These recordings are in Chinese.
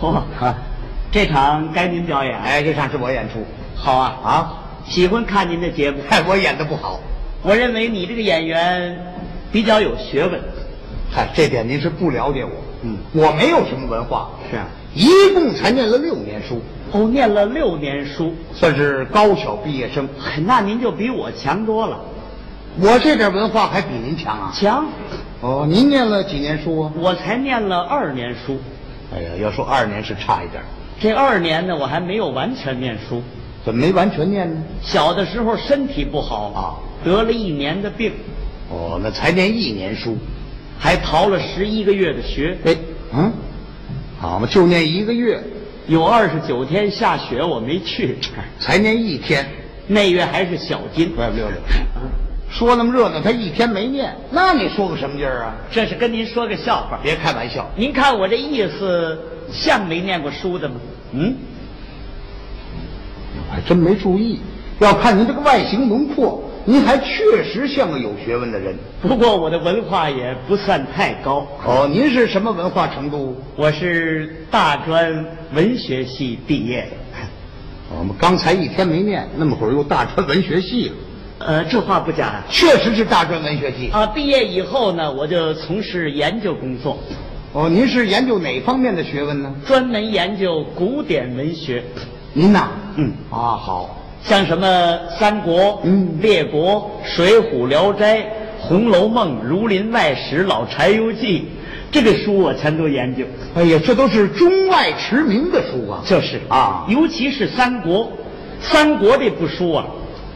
嚯、啊哦这场该您表演。，哎，这场是我演出，好啊，啊，喜欢看您的节目。嗨，我演的不好，我认为你这个演员比较有学问。嗨，这点您是不了解我，嗯，我没有什么文化，是啊，一共才念了六年书，哦，念了六年书，算是高小毕业生。哎那您就比我强多了。我这点文化还比您强啊？强，哦，您念了几年书啊？我才念了二年书，哎呀，要说二年是差一点，这二年呢，我还没有完全念书。怎么没完全念呢？小的时候身体不好啊，得了一年的病，哦，那才念一年书，还逃了十一个月的学，哎，嗯，好嘛，就念一个月，有二十九天下雪我没 去，才念一天，那月还是小金，怪不溜溜。说那么热闹，他一天没念，那你说个什么劲儿啊？ 这是跟您说个笑话。别开玩笑，您看我这意思，像没念过书的吗？嗯，我哎还真没注意。要看您这个外形轮廓，您还确实像个有学问的人。不过我的文化也不算太高，哦，您是什么文化程度？我是大专文学系毕业的。哦我们刚才一天没念，那么会儿又大专文学系了，呃，这话不假确实是大专文学系。啊。毕业以后呢，我就从事研究工作，哦，您是研究哪方面的学问呢？专门研究古典文学，您呐，嗯啊，好，像什么三国、嗯列国、水浒、聊斋、红楼梦、儒林外史、老柴油记，这个书我全都研究。哎呀，这都是中外驰名的书啊。就是啊尤其是三国，三国这部书啊，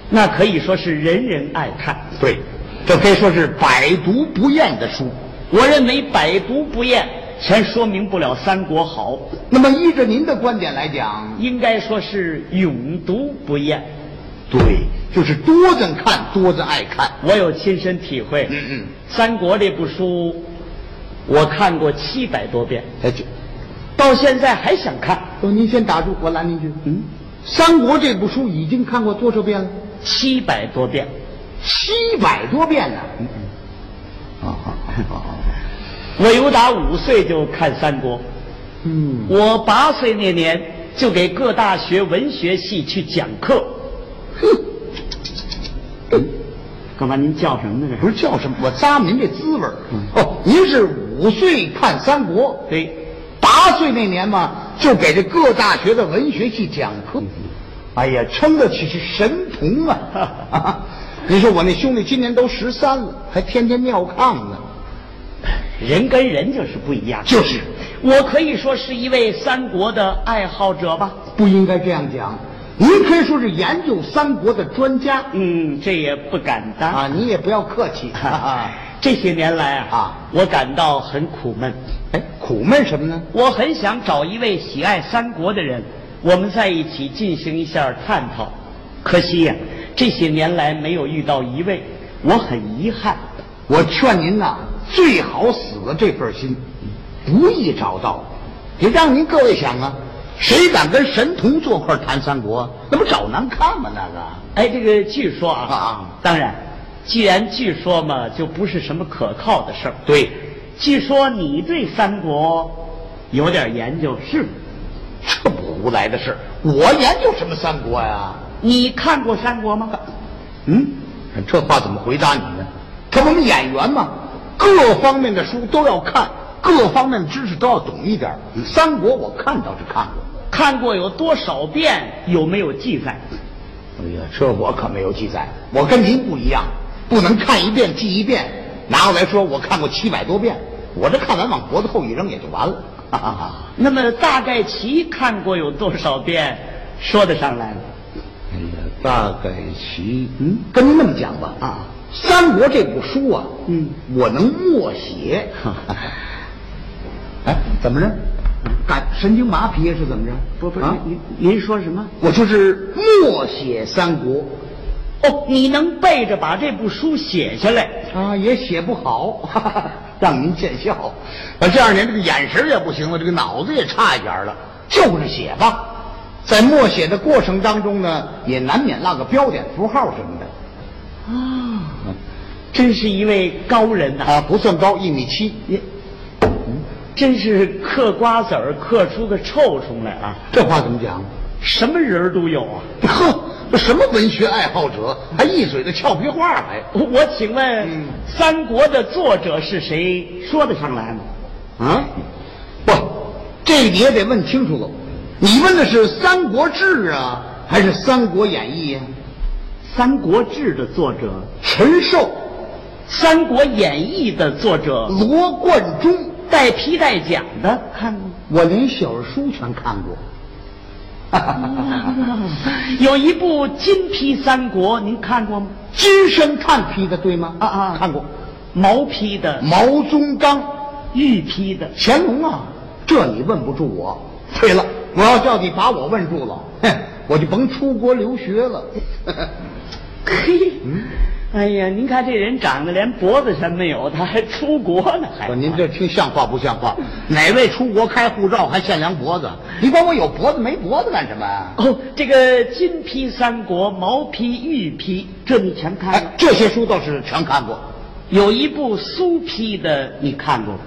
那可以说是人人爱看。对，这可以说是百读不厌的书。我认为百读不厌，全说明不了三国好，那么依着您的观点来讲，应该说是永读不厌。对，就是多着看，多着爱看。我有亲身体会。嗯嗯三国这部书，我看过七百多遍，哎，就，到现在还想看。哦，您先打住，我拦您一句。《嗯，三国》这部书已经看过多少遍了？七百多遍。七百多遍呢。啊啊啊！我由打五岁就看三国。嗯，我八岁那年就给各大学文学系去讲课。干嘛？您叫什么呢？嗯不是叫什么，我咂摸您这滋味儿。哦，您是五岁看三国，对，八岁那年嘛，就给这各大学的文学系讲课。哎呀，称得起是神童啊！啊 你说我那兄弟今年都十三了，还天天尿炕呢。人跟人就是不一样。就是，我可以说是一位三国的爱好者吧。不应该这样讲。您可以说是研究三国的专家嗯，这也不敢当。啊，你也不要客气。 哎这些年来啊，啊我感到很苦闷。哎，苦闷什么呢？我很想找一位喜爱三国的人，我们在一起进行一下探讨。可惜呀、这些年来没有遇到一位，我很遗憾。我劝您呐、最好死了这份心，不易找到。也让您各位想啊，谁敢跟神童坐块谈三国，那不找难看吗？那个哎，这个据说啊，啊啊当然，既然据说嘛，就不是什么可靠的事儿。对，据说你对三国有点研究是吗？这不胡来的事儿我研究什么三国呀？你看过三国吗？嗯，这话怎么回答你呢？可我们演员嘛，各方面的书都要看，各方面的知识都要懂一点儿。三国我看倒是看过，看过有多少遍？有没有记载？哎呀，这我可没有记载，我跟您不一样，不能看一遍记一遍。拿过来说，我看过七百多遍，我这看完往脖子后一扔也就完 了。哈哈哈。啊那么大概齐看过有多少遍？说得上来了。哎呀，大概其嗯，跟您那么讲吧啊， 《三国》这部书啊，嗯，我能默写。 哎，怎么着？感神经麻痹是怎么着？啊，您您说什么？我就是默写《三国》哦，你能背着把这部书写下来？啊，也写不好， 哈哈让您见笑。我这二年这个眼神也不行了，这个脑子也差一点儿了，就是写吧。在默写的过程当中呢，也难免落个标点符号什么的。啊真是一位高人呐、啊，不算高，一米七。你真是嗑瓜子儿嗑出个臭虫来啊！这话怎么讲？ 什么人儿都有啊！呵，什么文学爱好者，还一嘴的俏皮话还？我请问，嗯三国》的作者是谁？说得上来吗？啊，不，这你也得问清楚了。你问的是《三国志》啊，还是《三国演义》啊？ 《三国志》的作者，陈寿、 《三国演义》的作者，罗贯中，带皮带奖的，看过吗。我连小书全看过。嗯 有一部《金批三国》，您看过吗？金身炭批的，对吗？啊啊看过。毛批的、毛宗岗、玉批的，乾隆啊，这你问不住我。对了，我要叫你把我问住了，哼，我就甭出国留学了。 嗯嘿， 哎呀，您看这人长得连脖子上没有，他还出国呢，还说哦哎您这听像话不像话？哪位出国开护照还限量脖子？你管我有脖子没脖子干什么啊？哦，这个金批三国、毛批、玉批，这你全看哎了？，这些书倒是全看过。有一部苏批的，你看过吗？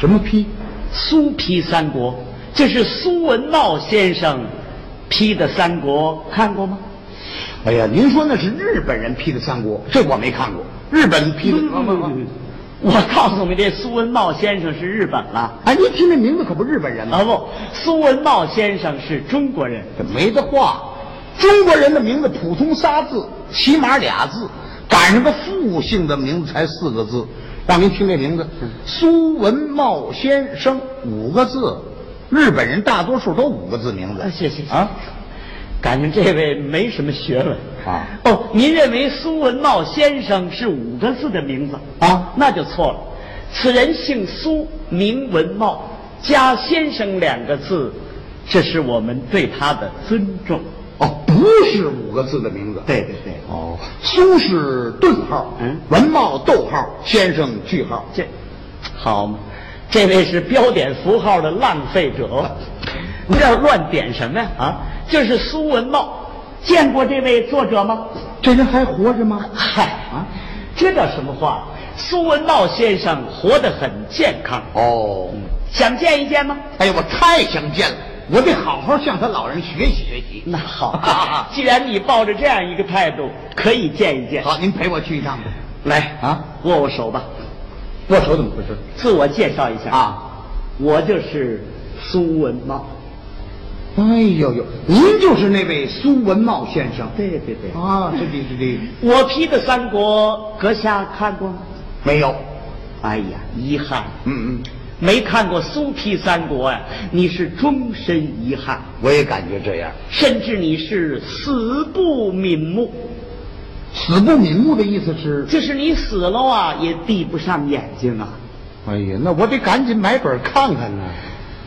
什么批？苏批三国，这是苏文茂先生批的三国，看过吗？哎呀，您说那是日本人批的三国，这我没看过。日本嗯批的，啊我告诉你，这苏文茂先生是日本了。哎，您听这名字可不日本人吗？啊不，苏文茂先生是中国人。这没得话。中国人的名字普通仨字，起码俩字，赶上个复姓的名字才四个字。让您听这名字，嗯苏文茂先生五个字，日本人大多数都五个字名字啊，。谢谢啊，感情这位没什么学问啊哦，您认为苏文茂先生是五个字的名字啊那就错了。此人姓苏，名文茂，加“先生”两个字，这是我们对他的尊重。哦，不是五个字的名字。对对对哦，苏是顿号，嗯文茂逗号，先生句号。这好嘛，这位是标点符号的浪费者，你这乱点什么呀？啊，这是苏文茂，见过这位作者吗？这人还活着吗？嗨啊，这叫什么话？苏文茂先生活得很健康，哦，想见一见吗？哎呀，我太想见了，我得好好向他老人学习学习。那 好，既然你抱着这样一个态度，可以见一见。好，您陪我去一趟吧。来啊，握握手吧，握手怎么回事？自我介绍一下啊，我就是苏文茂。哎呦呦，您就是那位苏文茂先生。对对对啊，对对对对，我批的《三国》，阁下看过吗？没有。哎呀，遗憾，嗯嗯，没看过苏批《三国》呀，你是终身遗憾，我也感觉这样，甚至你是死不瞑目，死不瞑目的意思是，就是你死了啊，也闭不上眼睛啊。哎呀，那我得赶紧买本看看呢。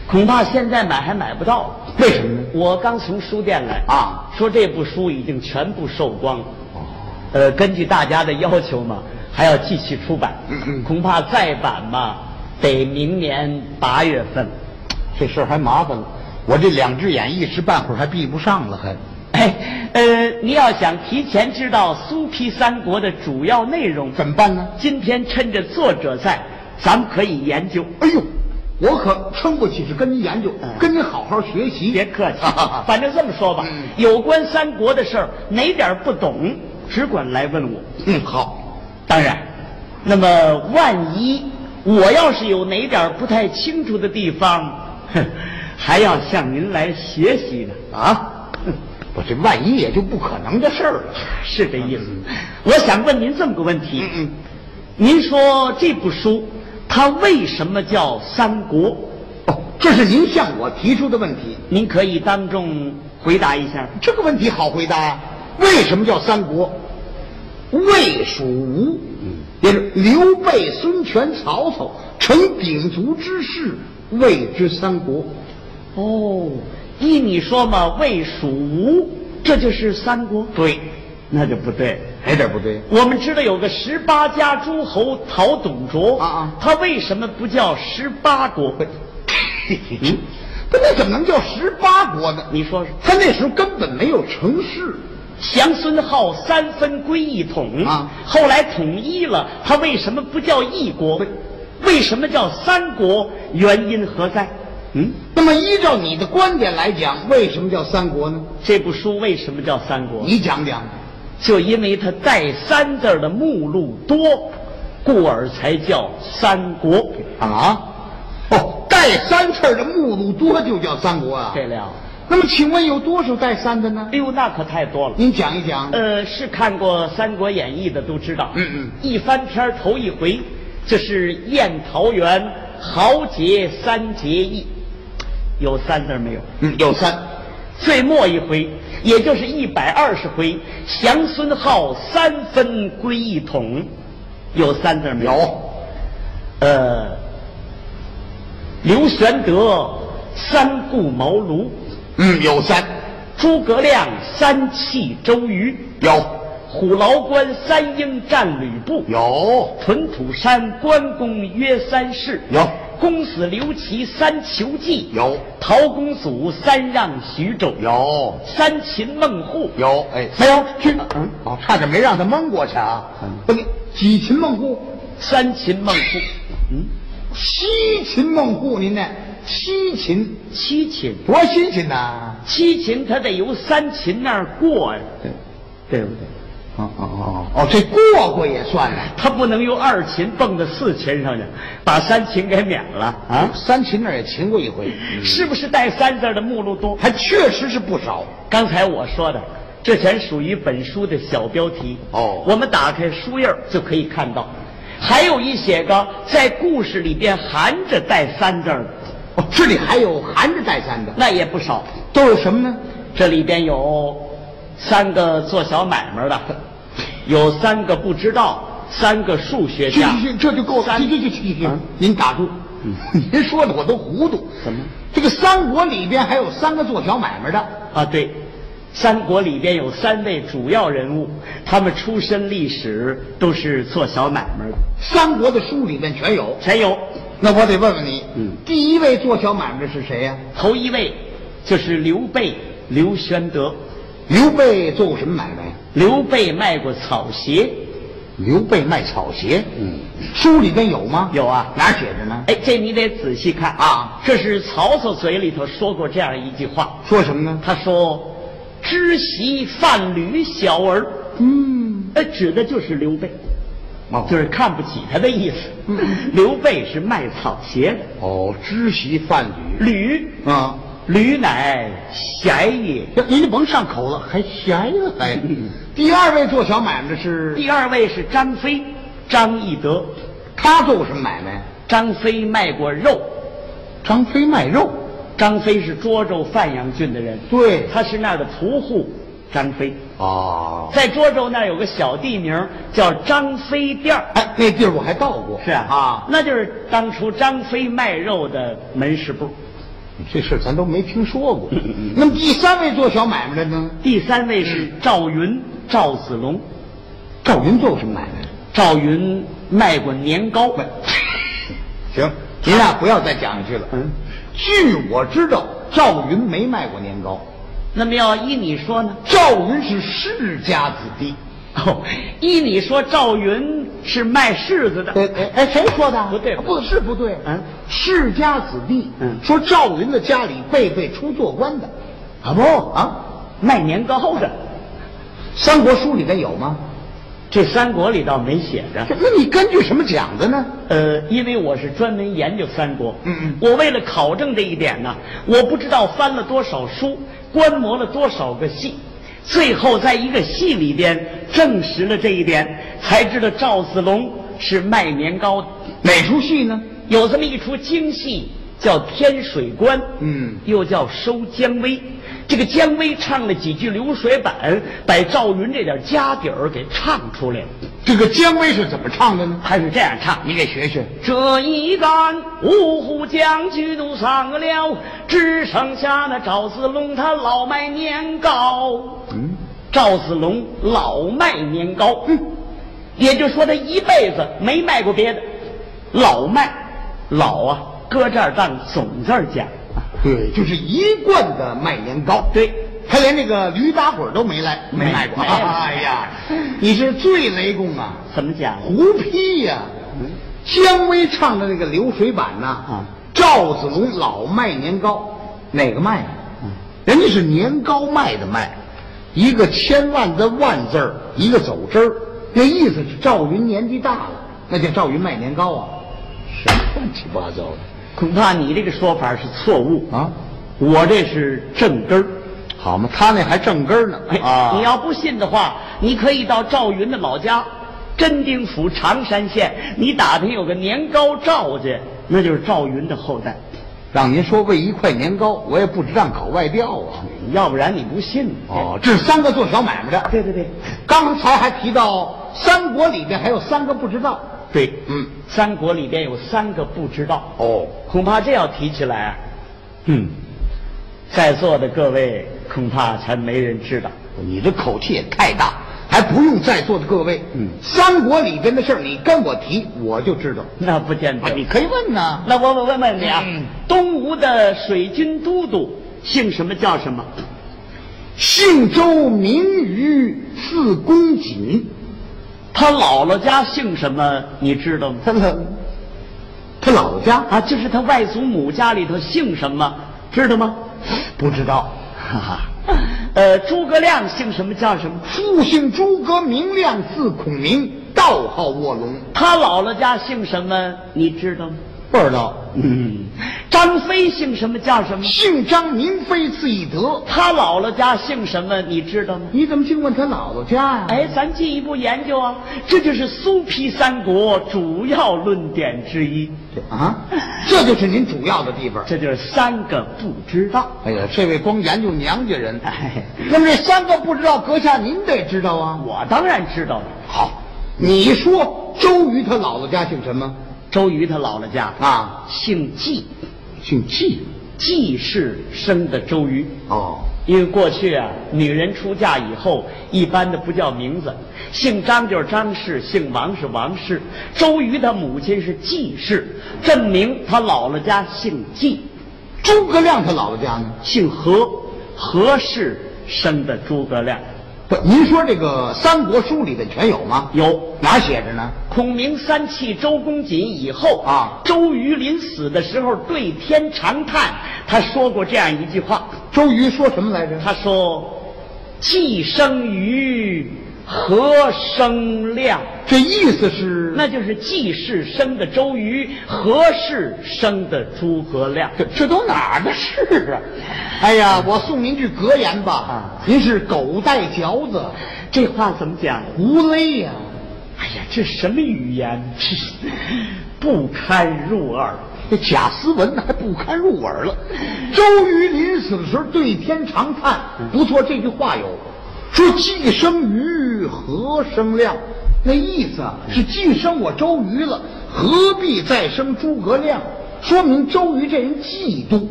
恐怕现在买还买不到。为什么呢？我刚从书店来啊，说这部书已经全部售光了。呃，根据大家的要求嘛，还要继续出版。嗯嗯恐怕再版嘛，得明年八月份。这事儿还麻烦了，我这两只眼一时半会儿还闭不上了，还。哎，呃，你要想提前知道苏批三国的主要内容，怎么办呢？今天趁着作者在，咱们可以研究。哎呦，我可撑不起是跟您研究，嗯跟您好好学习。，别客气 反正这么说吧嗯，有关三国的事儿，哪点儿不懂，只管来问我。嗯，好。当然，那么万一我要是有哪点儿不太清楚的地方， 哼还要向您来学习呢。啊， 我这万一也就不可能的事儿了。是这意思。我想问您这么个问题：嗯您说这部书它为什么叫《三国》？哦，这是您向我提出的问题，您可以当众回答一下。这个问题好回答呀、为什么叫三国？魏、蜀、吴，也是刘备、孙权、曹操，成鼎足之势，谓之三国。哦，依你说嘛，魏、蜀、吴，这就是三国？对，那就不对了。哪点哎不对？我们知道有个十八家诸侯讨董卓啊啊他为什么不叫十八国？ 嗯，不，那怎么能叫十八国呢？你说说。他那时候根本没有城市。降孙浩三分归一统啊后来统一了，他为什么不叫一国？为为什么叫三国？原因何在？嗯，那么依照你的观点来讲，为什么叫三国呢？这部书为什么叫三国？你讲讲。就因为它带“三”字儿的目录多，故而才叫三国。啊？哦，带三字儿的目录多就叫三国啊？这了，那么请问有多少带三的呢哎？呦，那可太多了。您讲一讲。呃，是看过《三国演义》的都知道，嗯嗯一翻篇儿头一回，这是宴桃园豪杰三结义，有三字儿没有？嗯，有三。最末一回，也就是一百二十回，降孙浩三分归一统，有三字儿没有？有。呃，刘玄德三顾茅庐，嗯，有三。诸葛亮三气周瑜，有。虎牢关三英战吕布，有。屯土山关公约三世，有。公子刘琦三求计，有。陶公祖三让徐州，有。三秦孟获，有，哎，没有，去，嗯，哦，差点没让他蒙过去啊！不是，几擒孟获，三秦孟获，嗯，西秦孟获，您呢？西秦七秦，多新鲜呐！七秦他得由三秦那儿过呀，对，对不对？哦哦哦哦，这过过也算呢他不能由二秦蹦到四秦上去，把三秦给免了啊啊！！嗯三秦那儿也擒过一回，是不是带三字儿的目录多？还确实是不少。刚才我说的，这全属于本书的小标题哦我们打开书页儿就可以看到，还有一些个在故事里边含着带三字儿的，哦，这里还有含着带三的，那也不少。都有什么呢？这里边有三个做小买卖的， 有三个不知道，三个数学这啊家。这这就够了！三去去去去去去嗯！您打住！您说的我都糊涂。怎么？这个三国里边还有三个做小买卖的，啊，对，三国里边有三位主要人物，他们出身历史都是做小买卖的，三国的书里面全有。全有。那我得问问你，嗯第一位做小买卖的是谁呀、头一位就是刘备、刘玄德。刘备做过什么买卖？刘备卖过草鞋，刘备卖草鞋。嗯，书里边有吗？有啊哪儿写着呢？哎，这你得仔细看啊这是曹操嘴里头说过这样一句话，说什么呢？他说：“知习贩履小儿。”嗯，呃，指的就是刘备，哦，就是看不起他的意思。嗯刘备是卖草鞋的，哦，知席贩履履啊。吕乃侠也。您就甭上口了，还闲了还。第二位做小买卖的是，第二位是张飞，张翼德。他做过什么买卖？张飞卖过肉，张飞卖肉。张飞是涿州范阳郡的人，对他是那儿的屠户。张飞哦，在涿州那儿有个小地名叫张飞店儿哎，那地儿我还到过。是啊，啊，那就是当初张飞卖肉的门市部。这事儿咱都没听说过。那么第三位做小买卖的呢？第三位是赵云，赵子龙。赵云做过什么买卖？赵云卖过年糕，行，您俩不要再讲下去了。嗯，据我知道，赵云没卖过年糕。那么要依你说呢？赵云是世家子弟。哦，依你说赵云是卖柿子的，哎哎哎，谁说的？不对不不对是不对。嗯，世家子弟。嗯说赵云的家里辈辈出做官的。啊不啊，卖年糕的，三国书里面有吗？这三国里倒没写着。那你根据什么讲的呢？呃，因为我是专门研究三国，嗯嗯我为了考证这一点呢，我不知道翻了多少书，观摩了多少个戏，最后在一个戏里边证实了这一点，才知道赵子龙是卖年糕的。哪出戏呢？有这么一出京戏叫《天水关》，嗯又叫《收姜维》。这个姜维唱了几句流水板，把赵云这点家底儿给唱出来了。这个姜维是怎么唱的呢？他是这样唱：你给学学。这一干五虎将军都上了，只剩下那赵子龙他老卖年糕。嗯，赵子龙老卖年糕，嗯，也就是说他一辈子没卖过别的，老卖老啊，搁这儿当总字儿讲。对，就是一贯的卖年糕。对，他连那个驴打滚都没来，没卖过。没没哎呀，你是最雷公啊，怎么讲？胡批呀、姜维唱的那个流水板呐，嗯赵子龙老卖年糕，哪个卖呀、啊人家是年糕卖的卖，一个千万的万字儿，一个走之儿，那意思是赵云年纪大了，那叫赵云卖年糕啊，什么乱七八糟恐怕你这个说法是错误的，啊？我这是正根儿。好嘛，他那还正根儿呢哎啊！你要不信的话，你可以到赵云的老家，真定府常山县，你打听有个年糕赵家，那就是赵云的后代。让您说为一块年糕，我也不值当搞外调啊。要不然你不信。哦，这是三个做小买卖的。对对对刚才还提到三国里边还有三个不知道。对，嗯，三国里边有三个不知道，哦，恐怕这要提起来啊，嗯，在座的各位恐怕才没人知道。你这口气也太大，还不用在座的各位。嗯三国里边的事儿你跟我提，我就知道。那不见得。啊，你可以问呐。那我我问问你啊，嗯东吴的水军都督姓什么叫什么？姓周，名瑜，字公瑾。他姥姥家姓什么？你知道吗？他老，他老家啊，就是他外祖母家里头姓什么，知道吗？不知道。哈哈。呃，诸葛亮姓什么叫什么？父姓诸葛，名亮，字孔明，道号卧龙。他姥姥家姓什么？你知道吗？不知道。嗯，张飞姓什么叫什么？姓张，名飞，字翼德。他姥姥家姓什么？你知道吗？你怎么净问他姥姥家呀、哎，咱进一步研究啊，这就是苏皮三国主要论点之一，啊，这就是您主要的地方。这就是三个不知道。哎呀，这位光研究娘家人。哎，那么这三个不知道，阁下您得知道啊。我当然知道了，好，你说周瑜他姥姥家姓什么？周瑜他姥姥家啊，姓纪，姓季。纪氏生的周瑜。哦，因为过去啊，女人出嫁以后，一般的不叫名字，姓张就是张氏，姓王是王氏。周瑜他母亲是纪氏，证明他姥姥家姓纪，诸葛亮他姥姥家呢？姓何，何氏生的诸葛亮。不，您说这个《三国书》里的全有吗？有哪儿写着呢？孔明三气周公瑾以后啊周瑜临死的时候对天长叹，他说过这样一句话，周瑜说什么来着？他说：“既生瑜，何生亮。”这意思是那就是季氏生的周瑜，何氏生的诸葛亮。这这都哪儿的事啊？哎呀，我送您句格言吧，啊您是狗带嚼子，这话怎么讲？无勒呀、哎呀，这什么语言？这是不堪入耳。这假斯文还不堪入耳了。周瑜临死的时候对天长叹，不错，这句话有说“既生瑜，何生亮”，那意思啊是既生我周瑜了，何必再生诸葛亮？说明周瑜这人嫉妒，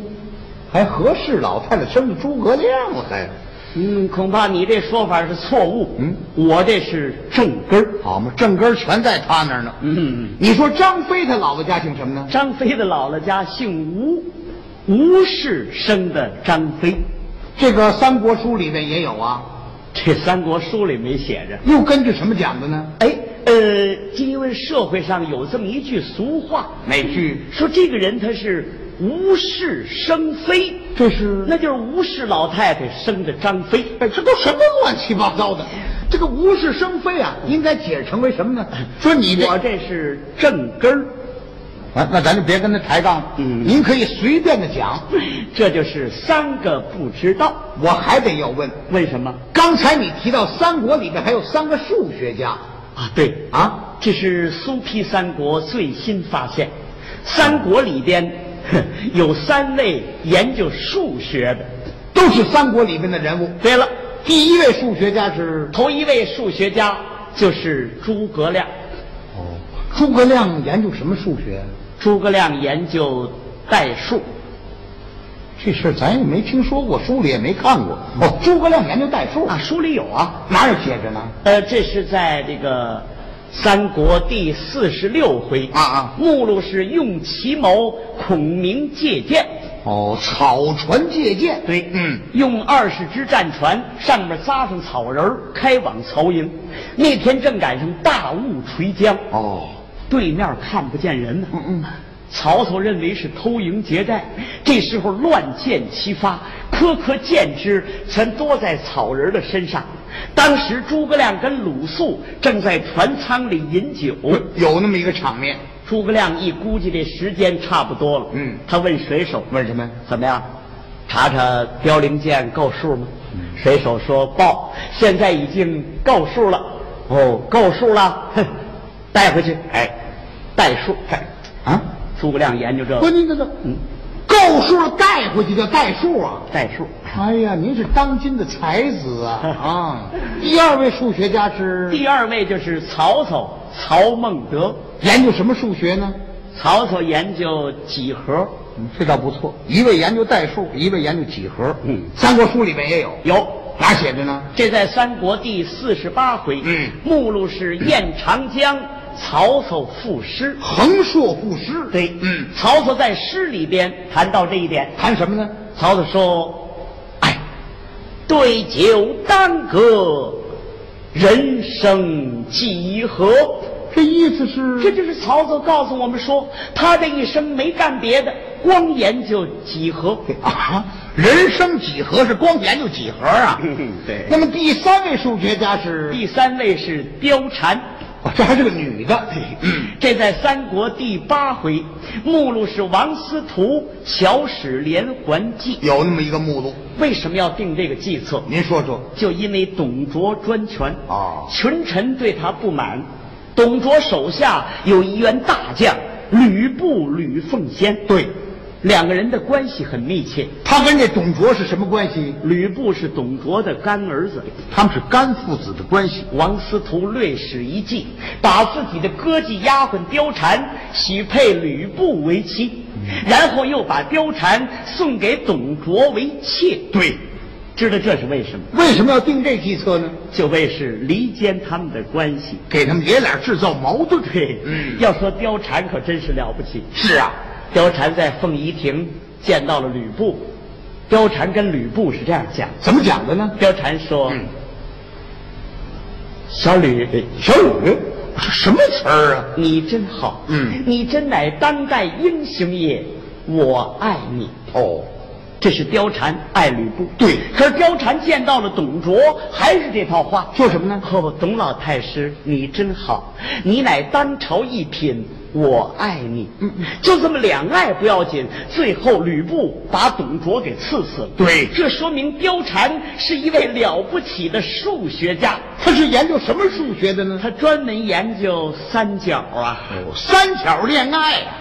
还合适老太太生的诸葛亮了，还、嗯，恐怕你这说法是错误。嗯，我这是正根儿。好嘛，正根儿全在他那儿呢。嗯，你说张飞他姥姥家姓什么呢？张飞的姥姥家姓吴，吴氏生的张飞。这个《三国书》里面也有啊。这《三国书》里没写着。又根据什么讲的呢？哎，呃，就因为社会上有这么一句俗话，哪句？说这个人他是无事生非，这是那就是吴氏老太太生的张飞。哎，这都什么乱七八糟的？这个无事生非啊，应该解释成为什么呢？说你我这是正根儿， 啊，那咱就别跟他抬杠了。嗯您可以随便的讲，这就是三个不知道。我还得要问。为什么刚才你提到三国里面还有三个数学家啊？对啊，啊，这是苏皮三国最新发现，三国里边 哼有三位研究数学的。都是三国里面的人物。对了，第一位数学家是头一位数学家就是诸葛亮，哦，诸葛亮研究什么数学？诸葛亮研究代数。这事儿咱也没听说过，书里也没看过。哦，诸葛亮研究代数啊，书里有啊。哪有写着呢？呃，这是在这个三国第四十六回啊啊目录是用奇谋，孔明借箭。哦，草船借箭。对，嗯，用二十只战船，上面扎上草人儿，开往曹营。那天正赶上大雾垂江，哦，对面看不见人呢。嗯嗯曹操认为是偷营劫寨，这时候乱箭齐发，颗颗箭支全多在草人的身上。当时诸葛亮跟鲁肃正在船舱里饮酒，有那么一个场面。诸葛亮一估计这时间差不多了，嗯他问水手问什么呀？怎么样？查查凋零箭够数吗？水手说报，现在已经够数了。哦，够数了，哼，带回去。哎，带数。啊？诸葛亮研究这不，个您这这嗯，够数了带回去叫带数啊。带数。哎呀，您是当今的才子 啊！啊，第二位数学家是第二位就是曹操，曹孟德。研究什么数学呢？曹操研究几何，嗯，这倒不错。一位研究代数，一位研究几何。嗯三国书里面也有，有哪写的呢？这在三国第四十八回，嗯目录是宴长江，曹操赋诗。横槊赋诗。对，嗯，曹操在诗里边谈到这一点，谈什么呢？曹操说：“哎，对酒当歌，人生几何？”这意思是这就是曹操告诉我们说，他这一生没干别的，光研究几何。 啊，人生几何是光研究几何啊？对那么第三位数学家是，嗯第三位是貂蝉，哦这还是个女的。嗯，这在三国第八回，目录是王司徒《小史连环计》。有那么一个目录，为什么要定这个计策？您说说。就因为董卓专权哦群臣对他不满。董卓手下有一员大将吕布、吕奉先，对，两个人的关系很密切。他跟这董卓是什么关系？吕布是董卓的干儿子，他们是干父子的关系。王司徒略使一计，把自己的歌妓丫鬟貂蝉许配吕布为妻，嗯然后又把貂蝉送给董卓为妾。对，知道这是为什么？为什么要定这计策呢？就为是离间他们的关系。给他们爷俩制造矛盾。对，嗯，要说貂蝉可真是了不起。是啊，貂蝉在凤仪亭见到了吕布，貂蝉跟吕布是这样讲：怎么讲的呢？貂蝉说，嗯小吕，小雨，这什么词儿啊？你真好，嗯你真乃当代英雄也，我爱你。哦，这是貂蝉爱吕布。对可是貂蝉见到了董卓，还是这套话。说什么呢哦，董老太师，你真好，你乃当朝一品，我爱你。嗯就这么两爱不要紧，最后吕布把董卓给刺死了。对这说明貂蝉是一位了不起的数学家，他是研究什么数学的呢？他专门研究三角啊。哦，三角恋爱啊。